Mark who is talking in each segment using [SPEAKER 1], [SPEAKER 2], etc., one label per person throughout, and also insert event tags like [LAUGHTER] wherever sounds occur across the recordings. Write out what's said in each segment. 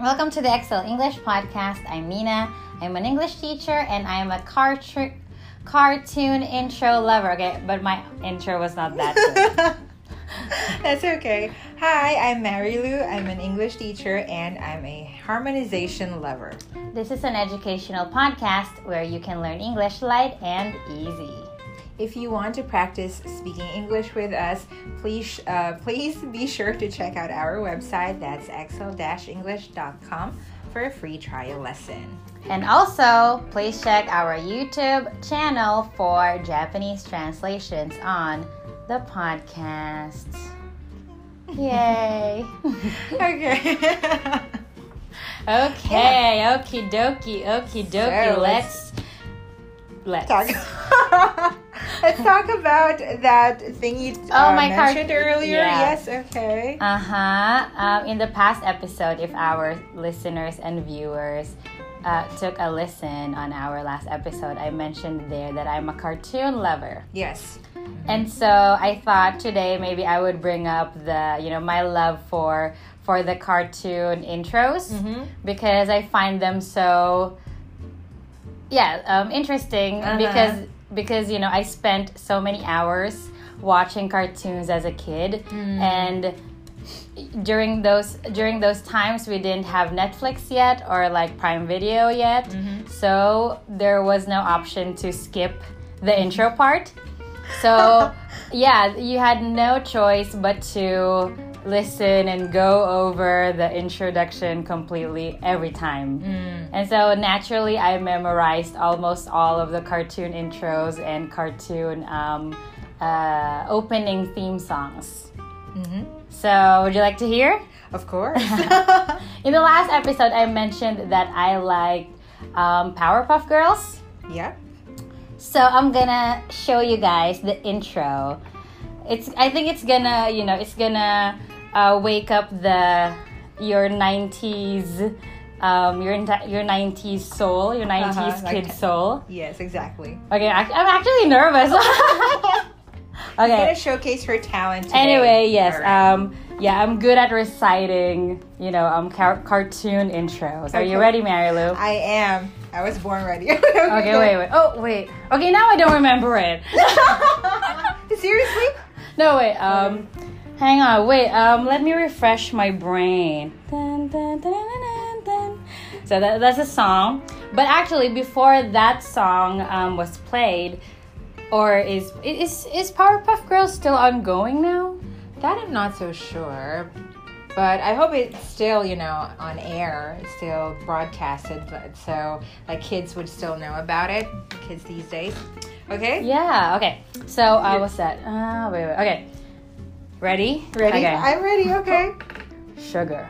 [SPEAKER 1] Welcome to the Excel English Podcast. I'm Mina. I'm an English teacher and I'm a car tr- cartoon intro lover. Okay, but my intro was not that good.
[SPEAKER 2] [LAUGHS] That's okay. Hi, I'm Mary Lou. I'm an English teacher and I'm a harmonization lover.
[SPEAKER 1] this is an educational podcast where you can learn English light and easy.
[SPEAKER 2] If you want to practice speaking English with us, please uh, please [LAUGHS] be sure to check out our website. That's excel-english.com for a free trial
[SPEAKER 1] [LAUGHS]
[SPEAKER 2] lesson.
[SPEAKER 1] And also, please check our YouTube channel for Japanese translations on the podcast. Yay!
[SPEAKER 2] Okay.
[SPEAKER 1] okay, okie dokie, okie dokie.
[SPEAKER 2] So,
[SPEAKER 1] Let's let's.
[SPEAKER 2] [LAUGHS] talk. [LAUGHS] Let's talk about that thing you
[SPEAKER 1] Oh,
[SPEAKER 2] uh,
[SPEAKER 1] my card-
[SPEAKER 2] mentioned earlier.
[SPEAKER 1] yeah.
[SPEAKER 2] Yes. Okay.
[SPEAKER 1] Uh huh. Um, in the past episode, if our listeners and viewers uh, took a listen on our last episode, I mentioned there that I'm a cartoon lover.
[SPEAKER 2] Yes.
[SPEAKER 1] And so I thought today maybe I would bring up the you know my love for for the cartoon intros because I find them so yeah um, interesting
[SPEAKER 2] Uh-huh.
[SPEAKER 1] because because you know I spent so many hours watching cartoons as a kid and during those during those times we didn't have Netflix yet or like Prime Video yet so there was no option to skip the intro part so yeah you had no choice but to listen and go over the introduction completely every time and so naturally I memorized almost all of the cartoon intros and cartoon um, uh, opening theme songs so would you like to hear? [LAUGHS]
[SPEAKER 2] Of course.
[SPEAKER 1] In the last episode, I mentioned that I liked um, Powerpuff Girls.
[SPEAKER 2] yep.
[SPEAKER 1] So I'm gonna show you guys the intro. It's I think it's gonna you know it's gonna uh, wake up the your 90s um, your enti- your 90s soul your 90s
[SPEAKER 2] Uh-huh,
[SPEAKER 1] kid
[SPEAKER 2] like-
[SPEAKER 1] soul.
[SPEAKER 2] Yes. Exactly.
[SPEAKER 1] Okay, I, I'm actually
[SPEAKER 2] [LAUGHS]
[SPEAKER 1] nervous. [LAUGHS]
[SPEAKER 2] gonna Eh.
[SPEAKER 1] okay.
[SPEAKER 2] showcase her talent. Today.
[SPEAKER 1] Anyway, yes.
[SPEAKER 2] All right.
[SPEAKER 1] Um, yeah, I'm good at reciting, you know, um, car- cartoon intros. Are you
[SPEAKER 2] Okay.
[SPEAKER 1] ready, Mary Lou?
[SPEAKER 2] I am. I was born ready. [LAUGHS]
[SPEAKER 1] Okay, wait, wait. Oh, wait. Okay, now I don't remember it. [LAUGHS]
[SPEAKER 2] [LAUGHS] Seriously?
[SPEAKER 1] No, wait. Um, hang on. Wait. Um, let me refresh my brain. Dun, dun, dun, dun, dun, dun. So that, that's a song. But actually, before that song um, was played, or is is is Powerpuff Girls still ongoing now?
[SPEAKER 2] That I'm not so sure. But I hope it's still, you know, on air, it's still broadcasted, but so like kids would still know about it. Kids these days. Okay.
[SPEAKER 1] Yeah. Okay. So uh, what's that? Uh, wait, wait. Okay. Ready?
[SPEAKER 2] Ready?
[SPEAKER 1] Okay.
[SPEAKER 2] I'm ready. [LAUGHS] Okay.
[SPEAKER 1] sugar,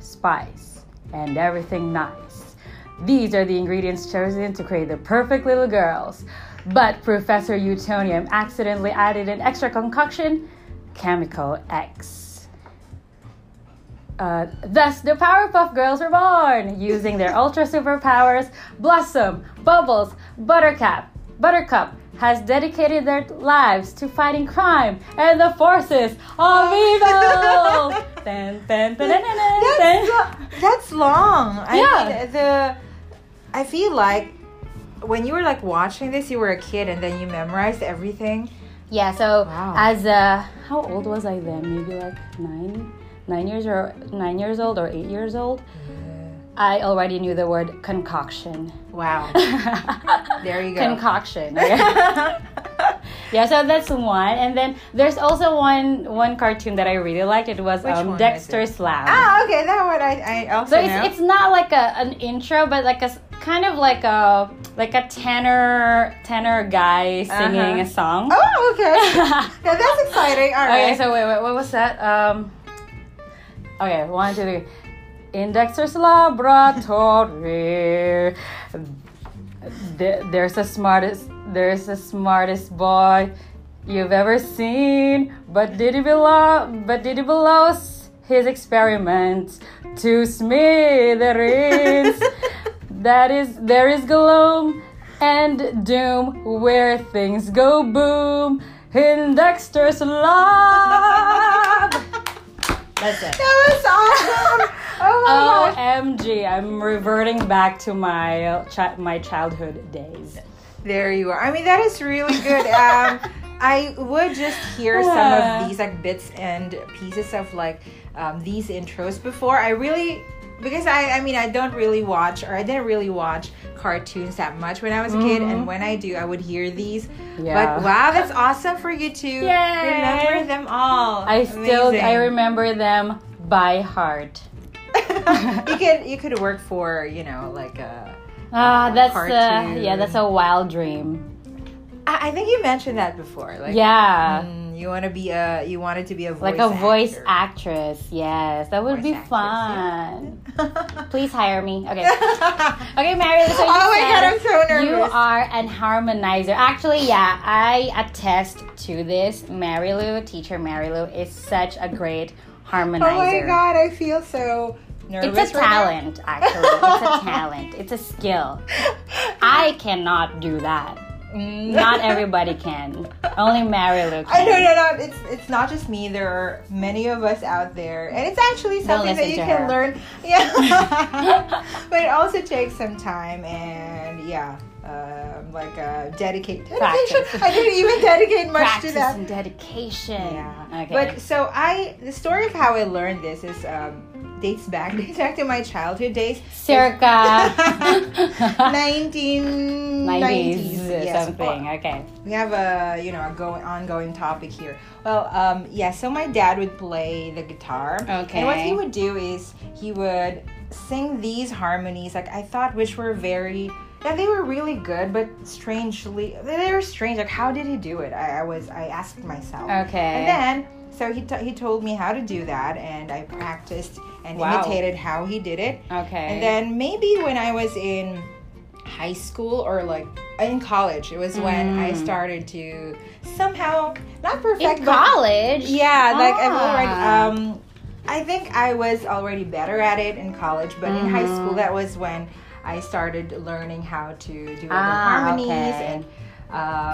[SPEAKER 1] spice, and everything nice. These are the ingredients chosen to create the perfect little girls. But Professor Utonium accidentally added an extra concoction, Chemical X. Uh, thus, the Powerpuff Girls were born using their ultra superpowers. Blossom, Bubbles, Buttercup, Buttercup has dedicated their lives to fighting crime and the forces of evil. Dun, dun, dun, dun, dun, dun, dun.
[SPEAKER 2] That's, lo- that's long. I
[SPEAKER 1] Yeah.
[SPEAKER 2] mean, the I feel like when you were like watching this, you were a kid, and then you memorized everything.
[SPEAKER 1] Yeah, so
[SPEAKER 2] Wow.
[SPEAKER 1] as a how old was I then? Maybe like nine, nine years or nine years old or eight years old. I already knew the word concoction. [LAUGHS]
[SPEAKER 2] Wow. [LAUGHS] There you go.
[SPEAKER 1] Concoction. okay. [LAUGHS] yeah, so that's one. And then there's also one one cartoon that I really liked. It was
[SPEAKER 2] Which one
[SPEAKER 1] um,
[SPEAKER 2] is
[SPEAKER 1] Dexter's Lab.
[SPEAKER 2] ah, okay, that one I, I
[SPEAKER 1] So
[SPEAKER 2] also know.
[SPEAKER 1] it's, it's not like a, an intro, but like a s- kind of like a like a tenor tenor guy singing
[SPEAKER 2] Uh-huh.
[SPEAKER 1] a song.
[SPEAKER 2] oh, okay.
[SPEAKER 1] [LAUGHS]
[SPEAKER 2] now that's exciting. All right.
[SPEAKER 1] Okay,
[SPEAKER 2] [LAUGHS]
[SPEAKER 1] so wait, wait, what was that? Um, okay, one, two, three. In Dexter's laboratory, th- there's the smartest, there's the smartest boy you've ever seen. But did he below, but did he below s- his experiments to
[SPEAKER 2] [LAUGHS]
[SPEAKER 1] smithereens? that is, there is gloom and doom where things go boom in Dexter's lab. That's it.
[SPEAKER 2] that was awesome. Oh my gosh.
[SPEAKER 1] OMG, I'm reverting back to my chi- my childhood days.
[SPEAKER 2] There you are. I mean, that is really
[SPEAKER 1] [LAUGHS]
[SPEAKER 2] good. Um, I would just hear some
[SPEAKER 1] Yeah.
[SPEAKER 2] of these like bits and pieces of like um, these intros before. I really because I I mean I don't really watch or I didn't really watch cartoons that much when I was a kid, and when I do, I would hear these.
[SPEAKER 1] Mm-hmm. Yeah.
[SPEAKER 2] But wow, that's awesome for you to
[SPEAKER 1] Yay.
[SPEAKER 2] remember them all.
[SPEAKER 1] I still I
[SPEAKER 2] Amazing.
[SPEAKER 1] remember them by heart.
[SPEAKER 2] [LAUGHS] you
[SPEAKER 1] [LAUGHS]
[SPEAKER 2] could you could work for you know like uh, a.
[SPEAKER 1] Ah, that's uh, yeah,
[SPEAKER 2] Cartoon.
[SPEAKER 1] that's a wild dream.
[SPEAKER 2] I I think you mentioned that before. Like
[SPEAKER 1] Yeah.
[SPEAKER 2] Mm, you want to be a you wanted to be a voice
[SPEAKER 1] Like a voice
[SPEAKER 2] actor.
[SPEAKER 1] actress, yes, that would
[SPEAKER 2] Voice
[SPEAKER 1] be
[SPEAKER 2] actress, yeah.
[SPEAKER 1] fun. Please hire me. Okay,
[SPEAKER 2] [LAUGHS] oh
[SPEAKER 1] [LAUGHS] okay, Mary. So you
[SPEAKER 2] my
[SPEAKER 1] said-
[SPEAKER 2] god, I'm so nervous.
[SPEAKER 1] You are an harmonizer. Actually, yeah, I attest to this. Mary Lou, teacher Mary Lou, is such a great harmonizer.
[SPEAKER 2] oh my god, I feel so nervous.
[SPEAKER 1] It's a
[SPEAKER 2] right now.
[SPEAKER 1] talent, actually. It's a talent. It's a skill. I cannot do that.
[SPEAKER 2] Mm.
[SPEAKER 1] Not everybody can. Only Mary Lou
[SPEAKER 2] [LAUGHS] I
[SPEAKER 1] can.
[SPEAKER 2] no no no. It's it's not just me. There are many of us out there, and it's actually something that
[SPEAKER 1] listen
[SPEAKER 2] you
[SPEAKER 1] to
[SPEAKER 2] can
[SPEAKER 1] her.
[SPEAKER 2] learn. [LAUGHS] Yeah, [LAUGHS] but it also takes some time, and yeah, um, like uh, dedicate
[SPEAKER 1] Practice.
[SPEAKER 2] dedication. [LAUGHS] I didn't even dedicate much
[SPEAKER 1] Practice
[SPEAKER 2] to that.
[SPEAKER 1] and dedication.
[SPEAKER 2] Yeah.
[SPEAKER 1] Okay.
[SPEAKER 2] But so I, the story of how I learned this is um, dates back, [LAUGHS] dates back to my childhood days, [LAUGHS]
[SPEAKER 1] Circa [LAUGHS]
[SPEAKER 2] 1990s.
[SPEAKER 1] 90s or
[SPEAKER 2] Yes.
[SPEAKER 1] uh, something. Okay.
[SPEAKER 2] We have a you know a going ongoing topic here. Well, um, yeah. So my dad would play the guitar.
[SPEAKER 1] Okay.
[SPEAKER 2] And what he would do is he would sing these harmonies, like I thought, which were very. Yeah, they were really good, but strangely, they were strange. Like, how did he do it? I, I was, I asked myself.
[SPEAKER 1] Okay.
[SPEAKER 2] And then, so he, t- he told me how to do that, and I practiced and
[SPEAKER 1] Wow.
[SPEAKER 2] imitated how he did it.
[SPEAKER 1] okay.
[SPEAKER 2] And then maybe when I was in high school or like in college, it was when I started to somehow not perfect
[SPEAKER 1] Mm. in
[SPEAKER 2] but-
[SPEAKER 1] college.
[SPEAKER 2] yeah, like I've
[SPEAKER 1] Ah.
[SPEAKER 2] already. Um, I think I was already better at it in college, but in high school,
[SPEAKER 1] Mm-hmm.
[SPEAKER 2] that was when I started learning how to do
[SPEAKER 1] Ah,
[SPEAKER 2] the harmonies
[SPEAKER 1] okay.
[SPEAKER 2] and. Um,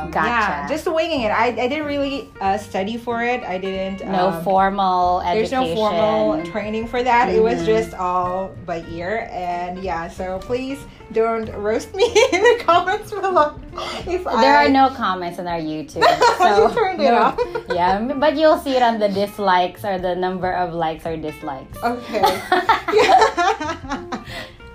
[SPEAKER 2] Yeah,
[SPEAKER 1] Gotcha.
[SPEAKER 2] just winging it. I, I didn't really uh, study for it. I didn't.
[SPEAKER 1] No
[SPEAKER 2] um,
[SPEAKER 1] formal
[SPEAKER 2] There's
[SPEAKER 1] education. Mm-hmm.
[SPEAKER 2] no formal training for that. It was just all by ear. And yeah, so please don't roast me [LAUGHS] in the comments below. If
[SPEAKER 1] There
[SPEAKER 2] I,
[SPEAKER 1] are no comments on our YouTube.
[SPEAKER 2] [LAUGHS] You
[SPEAKER 1] So
[SPEAKER 2] turned it
[SPEAKER 1] no-
[SPEAKER 2] off.
[SPEAKER 1] [LAUGHS] Yeah, m- but you'll see it on the dislikes or the number of likes or dislikes.
[SPEAKER 2] Okay.
[SPEAKER 1] [LAUGHS]
[SPEAKER 2] [LAUGHS]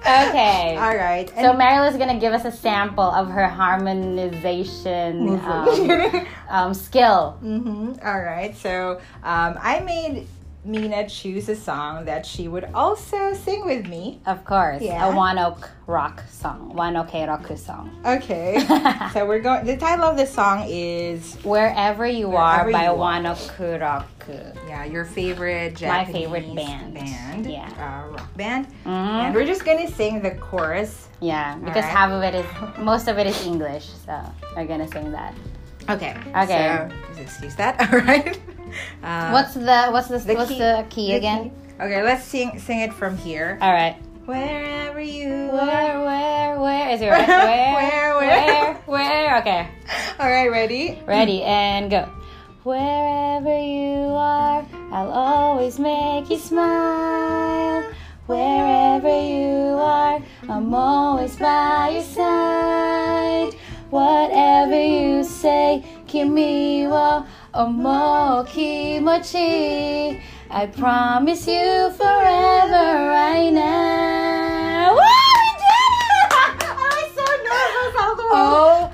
[SPEAKER 1] Okay.
[SPEAKER 2] All right.
[SPEAKER 1] So Marila's gonna give us a sample of her harmonization um,
[SPEAKER 2] [LAUGHS]
[SPEAKER 1] um, skill.
[SPEAKER 2] hmm All right. So um, I made Mina choose a song that she would also sing with me.
[SPEAKER 1] Of course,
[SPEAKER 2] Yeah.
[SPEAKER 1] a One Oak rock song, One Oak Roku
[SPEAKER 2] [LAUGHS]
[SPEAKER 1] song. [LAUGHS]
[SPEAKER 2] Okay. so we're going. The title of the song is
[SPEAKER 1] Wherever you
[SPEAKER 2] Wherever
[SPEAKER 1] are by
[SPEAKER 2] You Are.
[SPEAKER 1] One Oak Roku.
[SPEAKER 2] yeah your favorite
[SPEAKER 1] My
[SPEAKER 2] Japanese
[SPEAKER 1] favorite band.
[SPEAKER 2] band
[SPEAKER 1] Yeah.
[SPEAKER 2] uh, rock band.
[SPEAKER 1] Mhm.
[SPEAKER 2] And we're just gonna sing the chorus.
[SPEAKER 1] Yeah, because
[SPEAKER 2] right.
[SPEAKER 1] half of it is, most of it is English, so we're gonna sing that.
[SPEAKER 2] Okay.
[SPEAKER 1] Okay.
[SPEAKER 2] So, excuse that. [LAUGHS] All right. Uh,
[SPEAKER 1] What's the what's the,
[SPEAKER 2] the
[SPEAKER 1] what's
[SPEAKER 2] key-
[SPEAKER 1] the key
[SPEAKER 2] the
[SPEAKER 1] again? Uh,
[SPEAKER 2] key? Okay, let's sing sing it from here.
[SPEAKER 1] All right.
[SPEAKER 2] Wherever you are.
[SPEAKER 1] Where where where is it
[SPEAKER 2] [LAUGHS]
[SPEAKER 1] right? Where
[SPEAKER 2] Where,
[SPEAKER 1] where
[SPEAKER 2] where?
[SPEAKER 1] where? Okay,
[SPEAKER 2] All right, ready?
[SPEAKER 1] ready and go. Wherever you are, I'll always make you smile. Wherever you are, I'm always by your side. Whatever you say, kimi wa omo kimochi. I promise you forever right now. Woo, we did it! [LAUGHS]
[SPEAKER 2] I'm so nervous. I'll go.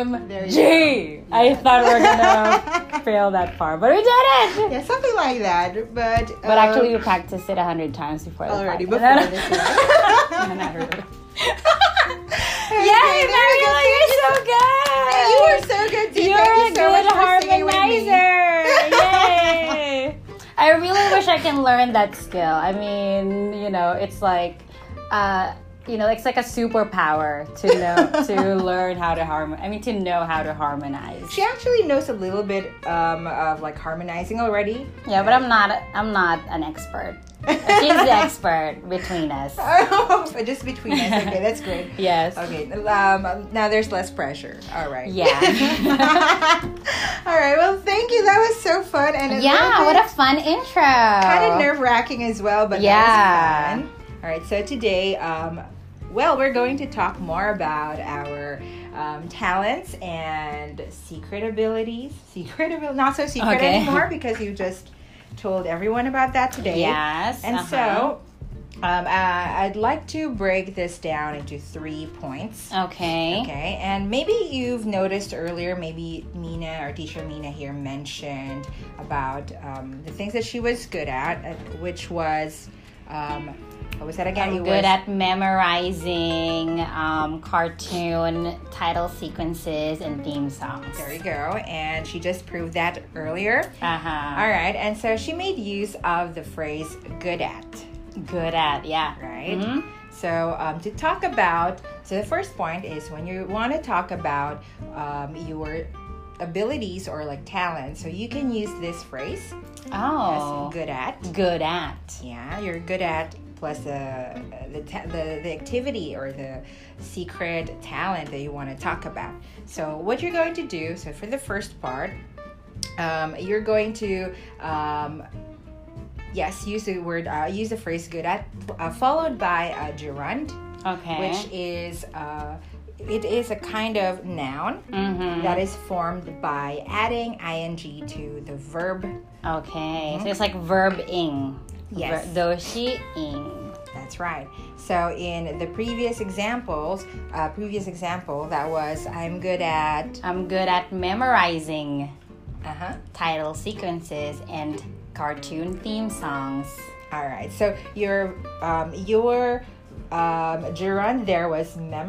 [SPEAKER 1] OMG! I thought we were
[SPEAKER 2] [LAUGHS]
[SPEAKER 1] gonna fail that far, but we did it!
[SPEAKER 2] Yeah, something like that. But
[SPEAKER 1] But
[SPEAKER 2] um,
[SPEAKER 1] actually, we practiced it a hundred times before. the
[SPEAKER 2] already before
[SPEAKER 1] podcast.
[SPEAKER 2] this.
[SPEAKER 1] [LAUGHS]
[SPEAKER 2] [LAUGHS]
[SPEAKER 1] No, not
[SPEAKER 2] yeah.
[SPEAKER 1] really.
[SPEAKER 2] Okay,
[SPEAKER 1] Yay,
[SPEAKER 2] there we
[SPEAKER 1] Mariela,
[SPEAKER 2] go.
[SPEAKER 1] you're so good!
[SPEAKER 2] You were so good. Too.
[SPEAKER 1] You're
[SPEAKER 2] Thank
[SPEAKER 1] a
[SPEAKER 2] you so
[SPEAKER 1] good
[SPEAKER 2] much for singing with me. [LAUGHS]
[SPEAKER 1] harmonizer! Yay! I really wish I can learn that skill. I mean, you know, it's like, uh, you know, it's like a superpower to know
[SPEAKER 2] [LAUGHS]
[SPEAKER 1] to learn how to harmonize. I mean, to know how to harmonize.
[SPEAKER 2] She actually knows a little bit um, of like harmonizing already.
[SPEAKER 1] Yeah, but I'm not I'm not an expert.
[SPEAKER 2] [LAUGHS]
[SPEAKER 1] She's the expert between us.
[SPEAKER 2] Oh, just between us. Okay, that's great.
[SPEAKER 1] Yes.
[SPEAKER 2] Okay, um, now there's less pressure. All right.
[SPEAKER 1] Yeah.
[SPEAKER 2] [LAUGHS] All right. Well, thank you. That was so fun and a
[SPEAKER 1] Yeah, what a fun intro.
[SPEAKER 2] kind of nerve wracking as well, but
[SPEAKER 1] Oh. Yeah.
[SPEAKER 2] that was fun. All right. So today, um, well, we're going to talk more about our um, talents and secret abilities. Secret abil- not so secret
[SPEAKER 1] Okay. [LAUGHS]
[SPEAKER 2] anymore because you just told everyone about that today.
[SPEAKER 1] Yes.
[SPEAKER 2] And
[SPEAKER 1] uh-huh.
[SPEAKER 2] so, um, uh, I'd like to break this down into three points.
[SPEAKER 1] Okay.
[SPEAKER 2] Okay, and maybe you've noticed earlier, maybe Mina, our teacher Mina here, mentioned about um, the things that she was good at, uh, which was, um, what was that again?
[SPEAKER 1] I'm
[SPEAKER 2] It
[SPEAKER 1] good
[SPEAKER 2] was-
[SPEAKER 1] at memorizing um, cartoon title sequences and theme songs.
[SPEAKER 2] There you go, and she just proved that earlier.
[SPEAKER 1] Uh-huh.
[SPEAKER 2] All right, and so she made use of the phrase good at,
[SPEAKER 1] Good at, yeah.
[SPEAKER 2] right?
[SPEAKER 1] Mhm.
[SPEAKER 2] So, um, to talk about, so the first point is when you want to talk about um, your abilities or like talents, so you can use this phrase
[SPEAKER 1] Oh.
[SPEAKER 2] as good at.
[SPEAKER 1] Good at.
[SPEAKER 2] Yeah, you're good at plus the the ta- the, the activity or the secret talent that you want to talk about. So what you're going to do? So for the first part, um, you're going to. Um, Yes, use the word, uh, use the phrase good at, uh, followed by a gerund,
[SPEAKER 1] Okay.
[SPEAKER 2] which is, uh, it is a kind of noun
[SPEAKER 1] Mhm.
[SPEAKER 2] that is formed by adding ing to the verb.
[SPEAKER 1] Okay. So it's like verb ing.
[SPEAKER 2] Mm-hmm. Yes.
[SPEAKER 1] Ver- doshi ing.
[SPEAKER 2] That's right. So in the previous examples, uh, previous example that was I'm good at
[SPEAKER 1] I'm good at memorizing
[SPEAKER 2] uh huh.
[SPEAKER 1] title sequences and cartoon theme songs.
[SPEAKER 2] All right. So your um, your um, gerund there was memorizing,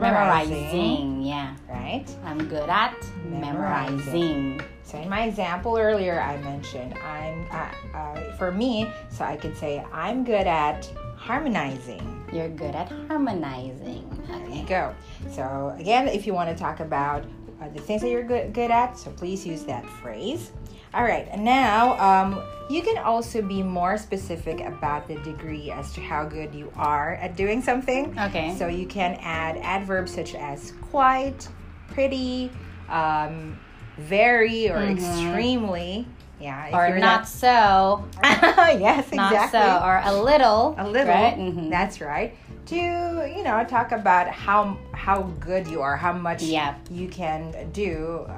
[SPEAKER 1] Memorizing, yeah.
[SPEAKER 2] right?
[SPEAKER 1] I'm good at memorizing.
[SPEAKER 2] Memorizing. So in my example earlier, I mentioned I'm uh, uh, for me, so I could say I'm good at harmonizing.
[SPEAKER 1] You're good at harmonizing.
[SPEAKER 2] There
[SPEAKER 1] Okay.
[SPEAKER 2] you go. So again, if you want to talk about uh, the things that you're good, good at, so please use that phrase. All right, and now um, you can also be more specific about the degree as to how good you are at doing something.
[SPEAKER 1] Okay.
[SPEAKER 2] So you can add adverbs such as quite, pretty, um, very, or extremely. Yeah. if
[SPEAKER 1] Mm-hmm. or
[SPEAKER 2] you're
[SPEAKER 1] not so,
[SPEAKER 2] That, [LAUGHS] yes, exactly.
[SPEAKER 1] not so, or a little.
[SPEAKER 2] A little.
[SPEAKER 1] Right? Mhm.
[SPEAKER 2] That's right. To you know, talk about how how good you are, how much
[SPEAKER 1] Yep.
[SPEAKER 2] you can do,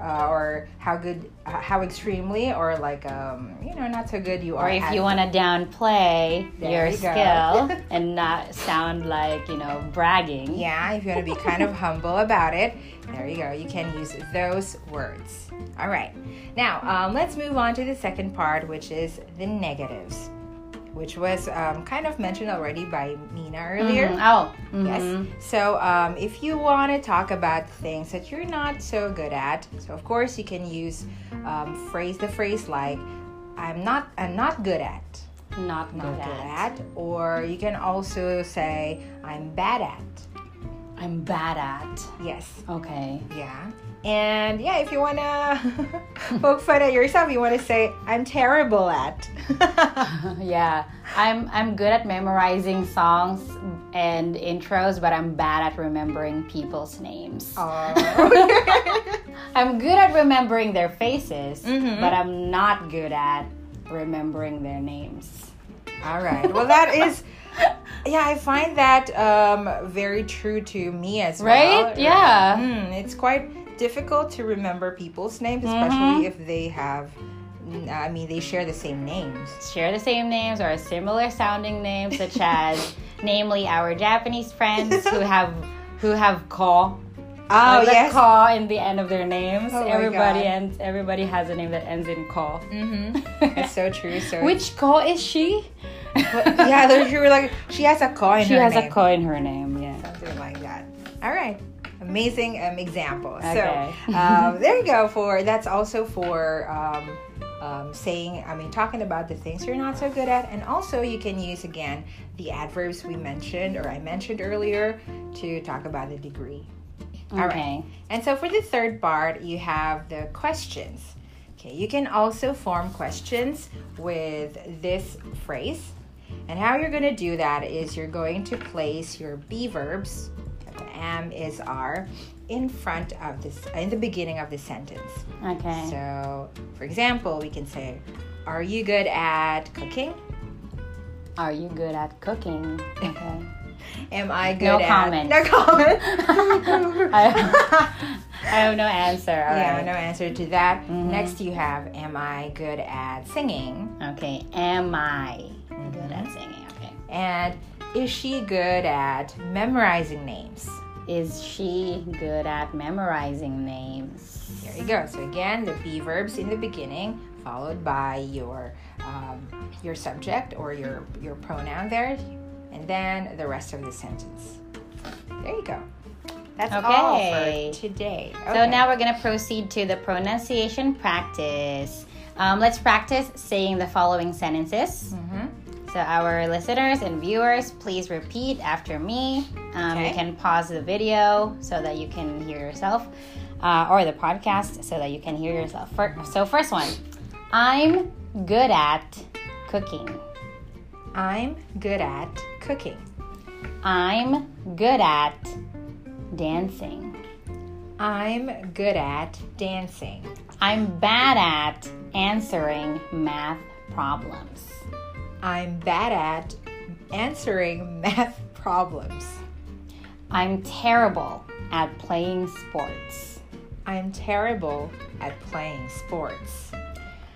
[SPEAKER 2] uh, or how good, uh, how extremely, or like um, you know, not so good you are.
[SPEAKER 1] Or if
[SPEAKER 2] at-
[SPEAKER 1] you want to downplay
[SPEAKER 2] There
[SPEAKER 1] your
[SPEAKER 2] you go.
[SPEAKER 1] skill
[SPEAKER 2] [LAUGHS]
[SPEAKER 1] and not sound like, you know, bragging.
[SPEAKER 2] yeah, if you want to be kind of [LAUGHS] humble about it, there you go. You can use those words. All right. Now um, let's move on to the second part, which is the negatives, which was um, kind of mentioned already by Mina earlier.
[SPEAKER 1] Mhm. Oh, mhm.
[SPEAKER 2] Yes. So, um, if you want to talk about things that you're not so good at, so of course you can use um, phrase the phrase like "I'm not I'm not good at,"
[SPEAKER 1] Not good,
[SPEAKER 2] not good
[SPEAKER 1] at.
[SPEAKER 2] at, or you can also say "I'm bad at."
[SPEAKER 1] I'm bad at.
[SPEAKER 2] Yes.
[SPEAKER 1] Okay. [LAUGHS]
[SPEAKER 2] Yeah. And yeah, if you wanna [LAUGHS] poke fun at yourself, you wanna say "I'm terrible at." [LAUGHS]
[SPEAKER 1] yeah. I'm I'm good at memorizing songs and intros, but I'm bad at remembering people's names.
[SPEAKER 2] [LAUGHS] oh.
[SPEAKER 1] [LAUGHS] I'm good at remembering their faces,
[SPEAKER 2] Mm-hmm.
[SPEAKER 1] but I'm not good at remembering their names.
[SPEAKER 2] All right. Well, that is. Yeah, I find that um, very true to me as well.
[SPEAKER 1] Right? Yeah.
[SPEAKER 2] Mm, it's quite difficult to remember people's names, especially
[SPEAKER 1] Mm-hmm.
[SPEAKER 2] if they have. I mean, they share the same names.
[SPEAKER 1] Share the same names or similar sounding names, such as,
[SPEAKER 2] [LAUGHS]
[SPEAKER 1] namely, our Japanese friends who have who have ko.
[SPEAKER 2] Oh
[SPEAKER 1] like the
[SPEAKER 2] yes.
[SPEAKER 1] ko in the end of their names.
[SPEAKER 2] Oh my
[SPEAKER 1] everybody
[SPEAKER 2] God.
[SPEAKER 1] ends. Everybody has a name that ends in ko.
[SPEAKER 2] Mm-hmm. It's so true.
[SPEAKER 1] [LAUGHS]
[SPEAKER 2] So
[SPEAKER 1] Which ko is she?
[SPEAKER 2] [LAUGHS] yeah, they're true. Like she has a call
[SPEAKER 1] [LAUGHS]
[SPEAKER 2] in
[SPEAKER 1] she
[SPEAKER 2] her
[SPEAKER 1] has
[SPEAKER 2] name.
[SPEAKER 1] a ko in her name. Yeah.
[SPEAKER 2] Something like that. All right. Amazing um, example.
[SPEAKER 1] Okay.
[SPEAKER 2] So [LAUGHS] um, there you go. For that's also for um, um, saying. I mean, talking about the things you're not so good at, and also you can use again the adverbs we mentioned or I mentioned earlier to talk about the degree. right.
[SPEAKER 1] okay.
[SPEAKER 2] And so for the third part, you have the questions. Okay, you can also form questions with this phrase. And how you're going to do that is you're going to place your be verbs, the am is are, in front of this, in the beginning of the sentence.
[SPEAKER 1] Okay.
[SPEAKER 2] So, for example, we can say, Are you good at cooking?
[SPEAKER 1] Are you good at cooking? Okay.
[SPEAKER 2] Am I good
[SPEAKER 1] No
[SPEAKER 2] at.
[SPEAKER 1] comment.
[SPEAKER 2] No comment.
[SPEAKER 1] [LAUGHS]
[SPEAKER 2] [LAUGHS]
[SPEAKER 1] I- I have no answer. All
[SPEAKER 2] yeah,
[SPEAKER 1] right.
[SPEAKER 2] no answer to that.
[SPEAKER 1] Mm-hmm.
[SPEAKER 2] Next, you have, Am I good at singing?
[SPEAKER 1] Okay. Am I good at singing? Okay.
[SPEAKER 2] And Is she good at memorizing names?
[SPEAKER 1] Is she good at memorizing names?
[SPEAKER 2] There you go. So again, the be verbs in the beginning, followed by your um, your subject or your your pronoun there, and then the rest of the sentence. There you go. That's all
[SPEAKER 1] Okay.
[SPEAKER 2] for today.
[SPEAKER 1] So
[SPEAKER 2] Okay.
[SPEAKER 1] now we're gonna proceed to the pronunciation practice. Um, let's practice saying the following sentences.
[SPEAKER 2] Mhm.
[SPEAKER 1] So, our listeners and viewers, please repeat after me. Um,
[SPEAKER 2] Okay.
[SPEAKER 1] You can pause the video so that you can hear yourself, uh, or the podcast so that you can hear yourself. Fir- So, first one I'm good at cooking.
[SPEAKER 2] I'm good at cooking.
[SPEAKER 1] I'm good at dancing.
[SPEAKER 2] I'm good at dancing.
[SPEAKER 1] I'm bad at answering math problems.
[SPEAKER 2] I'm bad at answering [LAUGHS] math problems.
[SPEAKER 1] I'm terrible at playing sports.
[SPEAKER 2] I'm terrible at playing sports.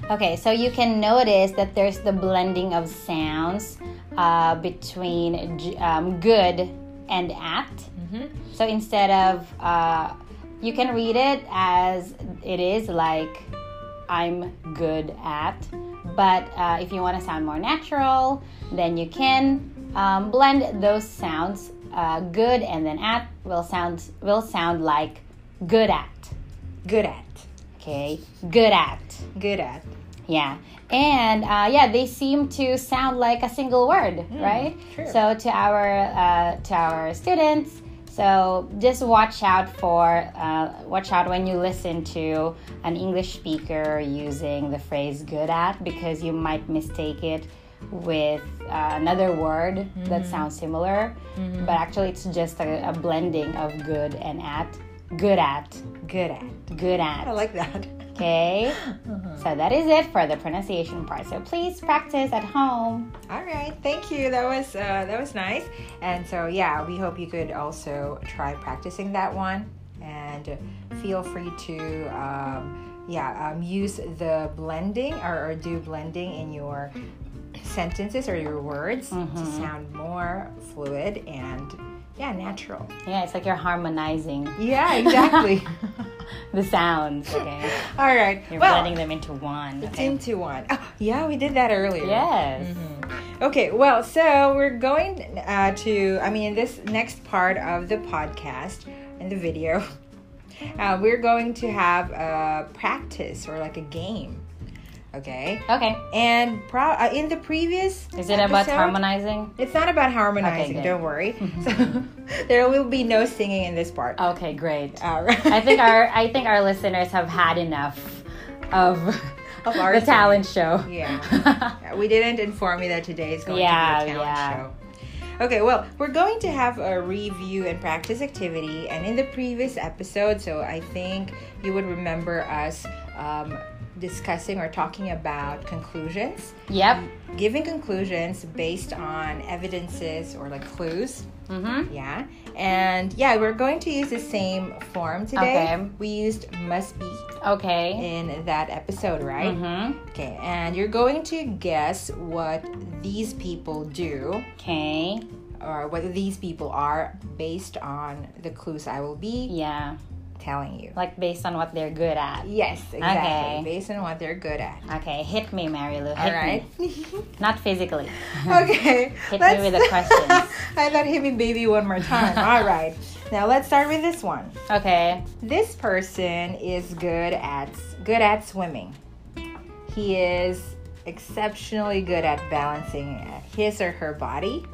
[SPEAKER 1] Okay, so you can notice that there's the blending of sounds uh, between j- um, good and at. So instead of, uh, you can read it as it is like, I'm good at. But uh, if you want to sound more natural, then you can um, blend those sounds. Uh, good and then at will sound will sound like good at.
[SPEAKER 2] Good at.
[SPEAKER 1] Okay, good at.
[SPEAKER 2] Good at.
[SPEAKER 1] Yeah. And uh, yeah, they seem to sound like a single word, right?
[SPEAKER 2] true.
[SPEAKER 1] So to our uh, to our students, so just watch out for uh, watch out when you listen to an English speaker using the phrase "good at" because you might mistake it with uh, another word that sounds similar, but actually it's just a, a blending of good and at. Good at,
[SPEAKER 2] Good at.
[SPEAKER 1] good at.
[SPEAKER 2] I like that.
[SPEAKER 1] Okay?
[SPEAKER 2] Mm-hmm.
[SPEAKER 1] So that is it for the pronunciation part. So please practice at home.
[SPEAKER 2] All right, thank you. That was uh, that was nice. And so yeah, we hope you could also try practicing that one, and feel free to um, yeah um, use the blending or, or do blending in your sentences or your words to sound more fluid and yeah natural.
[SPEAKER 1] Yeah, it's like you're harmonizing
[SPEAKER 2] Yeah, exactly.
[SPEAKER 1] the sounds, okay?
[SPEAKER 2] [LAUGHS] All right.
[SPEAKER 1] You're
[SPEAKER 2] well,
[SPEAKER 1] blending them into one.
[SPEAKER 2] it's
[SPEAKER 1] Okay.
[SPEAKER 2] into one. Oh, yeah, we did that earlier.
[SPEAKER 1] Yes.
[SPEAKER 2] Mm-hmm. Okay, well, so we're going uh, to, I mean, in this next part of the podcast and the video, [LAUGHS] uh, we're going to have a practice or like a game. Okay,
[SPEAKER 1] Okay.
[SPEAKER 2] and pro- uh, in the previous,
[SPEAKER 1] Is it about
[SPEAKER 2] episode-
[SPEAKER 1] harmonizing?
[SPEAKER 2] It's not about harmonizing.
[SPEAKER 1] good. [LAUGHS]
[SPEAKER 2] don't worry. [LAUGHS] so there will be no singing in this part.
[SPEAKER 1] Okay, great.
[SPEAKER 2] All right.
[SPEAKER 1] Uh, I think our I think our listeners have had enough of, [LAUGHS]
[SPEAKER 2] Of our
[SPEAKER 1] the talent show.
[SPEAKER 2] Yeah. Yeah, we didn't inform you that today is going
[SPEAKER 1] Yeah,
[SPEAKER 2] to be a talent
[SPEAKER 1] yeah.
[SPEAKER 2] show. Okay, well, we're going to have a review and practice activity, and in the previous episode, so I think you would remember us um, discussing or talking about conclusions,
[SPEAKER 1] [LAUGHS] yep.
[SPEAKER 2] giving conclusions based on evidences or like clues.
[SPEAKER 1] Mm-hmm.
[SPEAKER 2] Yeah, and yeah, we're going to use the same form today.
[SPEAKER 1] Okay.
[SPEAKER 2] We used must be
[SPEAKER 1] Okay.
[SPEAKER 2] in that episode, right?
[SPEAKER 1] Mm-hmm.
[SPEAKER 2] Okay, and you're going to guess what these people do
[SPEAKER 1] Okay.
[SPEAKER 2] or what these people are based on the clues I will be
[SPEAKER 1] Yeah.
[SPEAKER 2] telling you.
[SPEAKER 1] Like based on what they're good at.
[SPEAKER 2] Yes, exactly.
[SPEAKER 1] Okay.
[SPEAKER 2] Based on what they're good at.
[SPEAKER 1] Okay, hit me, Mary Lou. Hit
[SPEAKER 2] All
[SPEAKER 1] [LAUGHS]
[SPEAKER 2] right.
[SPEAKER 1] me. Not physically.
[SPEAKER 2] okay.
[SPEAKER 1] Hit me with the questions.
[SPEAKER 2] [LAUGHS] I thought hit me baby one
[SPEAKER 1] [LAUGHS]
[SPEAKER 2] more time. All right. Now let's start with this one.
[SPEAKER 1] Okay.
[SPEAKER 2] This person is good at good at swimming. He is exceptionally good at balancing his or her body.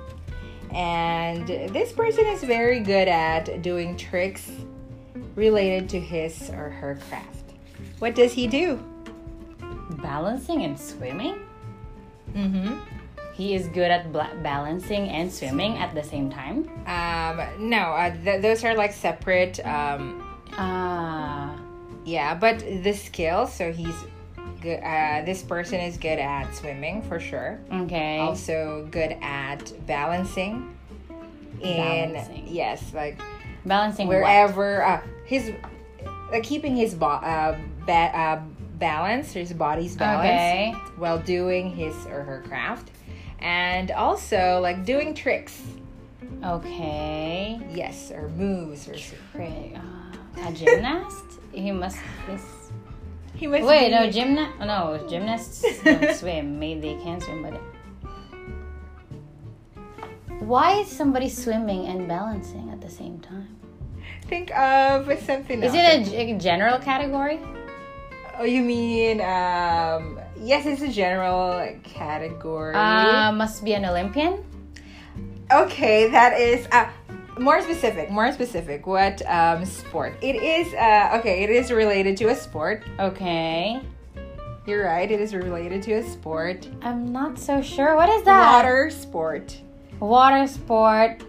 [SPEAKER 2] And this person is very good at doing tricks related to his or her craft. What does he do?
[SPEAKER 1] Balancing and swimming?
[SPEAKER 2] Mm-hmm.
[SPEAKER 1] he is good at bla- balancing and swimming at the same time.
[SPEAKER 2] Um, no, uh, th- those are like separate. Um,
[SPEAKER 1] Ah,
[SPEAKER 2] yeah, but the skills. So he's good. Uh, this person is good at swimming for sure.
[SPEAKER 1] okay.
[SPEAKER 2] Oh. Also good at balancing. In
[SPEAKER 1] Balancing.
[SPEAKER 2] yes, like
[SPEAKER 1] balancing what?
[SPEAKER 2] wherever uh, his like keeping his bo- uh, ba- uh, balance his body's balance
[SPEAKER 1] Okay.
[SPEAKER 2] while doing his or her craft and also like doing tricks
[SPEAKER 1] Okay.
[SPEAKER 2] yes or moves or
[SPEAKER 1] Great. Uh, a gymnast? he must. This,
[SPEAKER 2] he was
[SPEAKER 1] wait, no, gymna- No, gymnasts don't swim. Maybe they can swim, but. Why is somebody swimming and balancing at the same time?
[SPEAKER 2] think of something
[SPEAKER 1] Is
[SPEAKER 2] else.
[SPEAKER 1] it a g- a general category?
[SPEAKER 2] oh you mean um yes it's a general category
[SPEAKER 1] Uh, must be an Olympian?
[SPEAKER 2] okay that is uh more specific more specific what um sport it is uh okay it is related to a sport
[SPEAKER 1] Okay.
[SPEAKER 2] You're right. It is related to a sport.
[SPEAKER 1] I'm not so sure. What is that?
[SPEAKER 2] Water sport.
[SPEAKER 1] Water sport.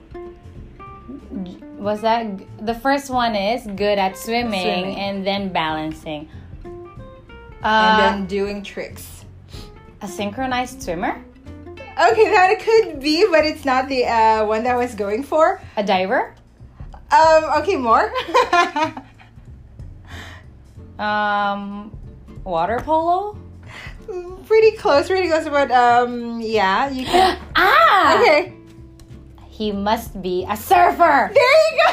[SPEAKER 1] G- Was that g- the first one? Is good at swimming,
[SPEAKER 2] Swimming.
[SPEAKER 1] and then balancing.
[SPEAKER 2] And
[SPEAKER 1] Uh,
[SPEAKER 2] then doing tricks.
[SPEAKER 1] a synchronized swimmer,
[SPEAKER 2] Okay, that it could be, but it's not the uh, one that I was going for.
[SPEAKER 1] a diver,
[SPEAKER 2] Um, okay, more. [LAUGHS]
[SPEAKER 1] um, water polo. [GASPS]
[SPEAKER 2] pretty close, pretty close, but um, yeah, you can.
[SPEAKER 1] ah,
[SPEAKER 2] Okay,
[SPEAKER 1] he must be a surfer.
[SPEAKER 2] there you go.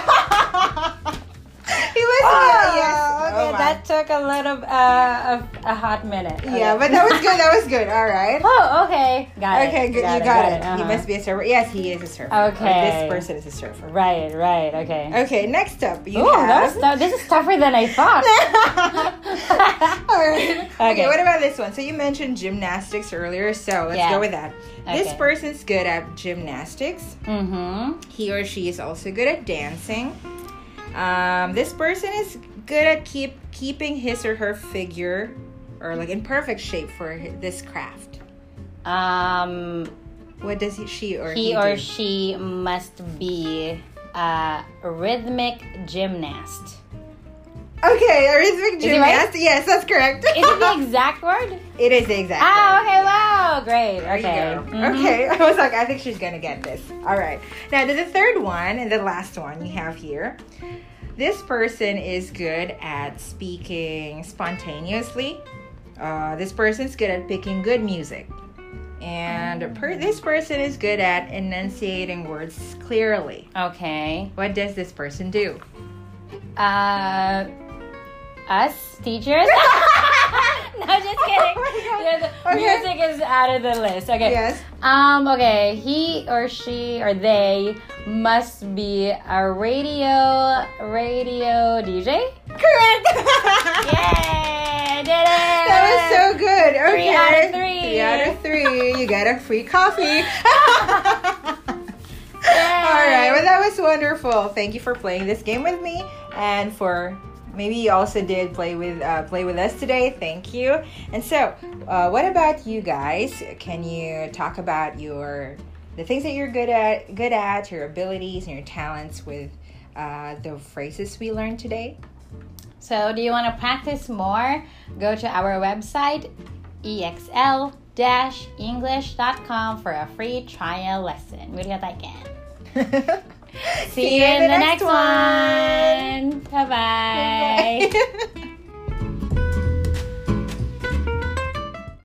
[SPEAKER 2] He was
[SPEAKER 1] Oh.
[SPEAKER 2] yeah, [LAUGHS] yes.
[SPEAKER 1] okay,
[SPEAKER 2] Oh my.
[SPEAKER 1] that took a little uh, of a hot minute.
[SPEAKER 2] yeah,
[SPEAKER 1] Okay. [LAUGHS]
[SPEAKER 2] but that was good. That was good. All right.
[SPEAKER 1] oh, okay, got it.
[SPEAKER 2] Okay, good. you got, it. He
[SPEAKER 1] uh-huh.
[SPEAKER 2] must be a surfer. Yes, he is a surfer. Or
[SPEAKER 1] Okay.
[SPEAKER 2] this person is a surfer.
[SPEAKER 1] Right, right, okay.
[SPEAKER 2] Okay, next up, Oh, you
[SPEAKER 1] Ooh, that
[SPEAKER 2] have.
[SPEAKER 1] was
[SPEAKER 2] [LAUGHS]
[SPEAKER 1] tou- this is tougher than I thought.
[SPEAKER 2] All
[SPEAKER 1] [LAUGHS]
[SPEAKER 2] right. Okay.
[SPEAKER 1] Okay.
[SPEAKER 2] What about this one? So you mentioned gymnastics earlier, so let's
[SPEAKER 1] Yeah.
[SPEAKER 2] go with that. This
[SPEAKER 1] Okay.
[SPEAKER 2] person's good at gymnastics.
[SPEAKER 1] mm-hmm.
[SPEAKER 2] He or she is also good at dancing. Um, this person is good at keep keeping his or her figure or like in perfect shape for hi- this craft.
[SPEAKER 1] Um,
[SPEAKER 2] What does he, she or he,
[SPEAKER 1] he or
[SPEAKER 2] do?
[SPEAKER 1] she must be a rhythmic gymnast.
[SPEAKER 2] Okay, a rhythmic
[SPEAKER 1] it right?
[SPEAKER 2] gymnast. Yes, that's correct.
[SPEAKER 1] Is it the exact word?
[SPEAKER 2] [LAUGHS] it is the exact. word.
[SPEAKER 1] Ah, okay, wow, great.
[SPEAKER 2] There you
[SPEAKER 1] okay.
[SPEAKER 2] go.
[SPEAKER 1] Mhm.
[SPEAKER 2] Okay. [LAUGHS] I was like, I think she's gonna get this. All right. Now to the third one and the last one you have here. This person is good at speaking spontaneously. Uh, this person's good at picking good music,
[SPEAKER 1] Mm.
[SPEAKER 2] and per- this person is good at enunciating words clearly.
[SPEAKER 1] Okay.
[SPEAKER 2] What does this person do?
[SPEAKER 1] Uh, us
[SPEAKER 2] [LAUGHS]
[SPEAKER 1] teachers. [LAUGHS] no, just kidding.
[SPEAKER 2] Oh my God.
[SPEAKER 1] Yeah, the
[SPEAKER 2] Okay.
[SPEAKER 1] Music is out of the list. Okay.
[SPEAKER 2] Yes.
[SPEAKER 1] Um. Okay. He or she or they must be a radio radio DJ.
[SPEAKER 2] Correct.
[SPEAKER 1] [LAUGHS]
[SPEAKER 2] [LAUGHS]
[SPEAKER 1] Yay! I Did it.
[SPEAKER 2] That was so good. Okay.
[SPEAKER 1] Three out of three.
[SPEAKER 2] Three out of three. You got a free coffee. [LAUGHS]
[SPEAKER 1] [LAUGHS]
[SPEAKER 2] All right. Well, that was wonderful. Thank you for playing this game with me, and for maybe you also did play with uh, play with us today. Thank you. And so, uh, what about you guys? Can you talk about your the things that you're good at, good at your abilities and your talents with uh, the phrases we learned today? [LAUGHS]
[SPEAKER 1] So, do you want to practice more? Go to our website, E exl-english.com for a free trial lesson. 무료体験. See, you in the next one. Bye-bye.
[SPEAKER 2] Bye.